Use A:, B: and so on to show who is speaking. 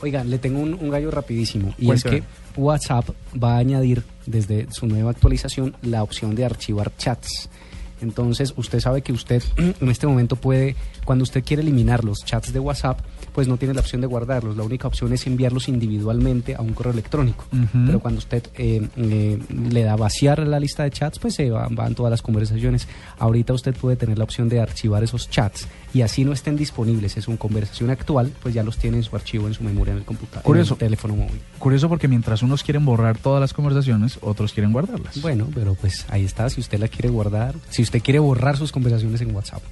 A: Oigan, le tengo un, un gallo rapidísimo. Y
B: Cuénteme.
A: es que WhatsApp va a añadir desde su nueva actualización la opción de archivar chats. Entonces, usted sabe que usted en este momento puede, cuando usted quiere eliminar los chats de WhatsApp, pues no tiene la opción de guardarlos. La única opción es enviarlos individualmente a un correo electrónico.
B: Ujú.
A: Pero cuando usted eh, eh, le da vaciar la lista de chats, pues se van, van todas las conversaciones. Ahorita usted puede tener la opción de archivar esos chats y así no estén disponibles. Es una conversación actual, pues ya los tiene en su archivo, en su memoria, en el computador,
B: Curioso.
A: en el teléfono móvil.
B: Curioso porque mientras unos quieren borrar todas las conversaciones, otros quieren guardarlas.
A: Bueno, pero pues ahí está. Si usted la quiere guardar, si usted quiere borrar sus conversaciones en WhatsApp.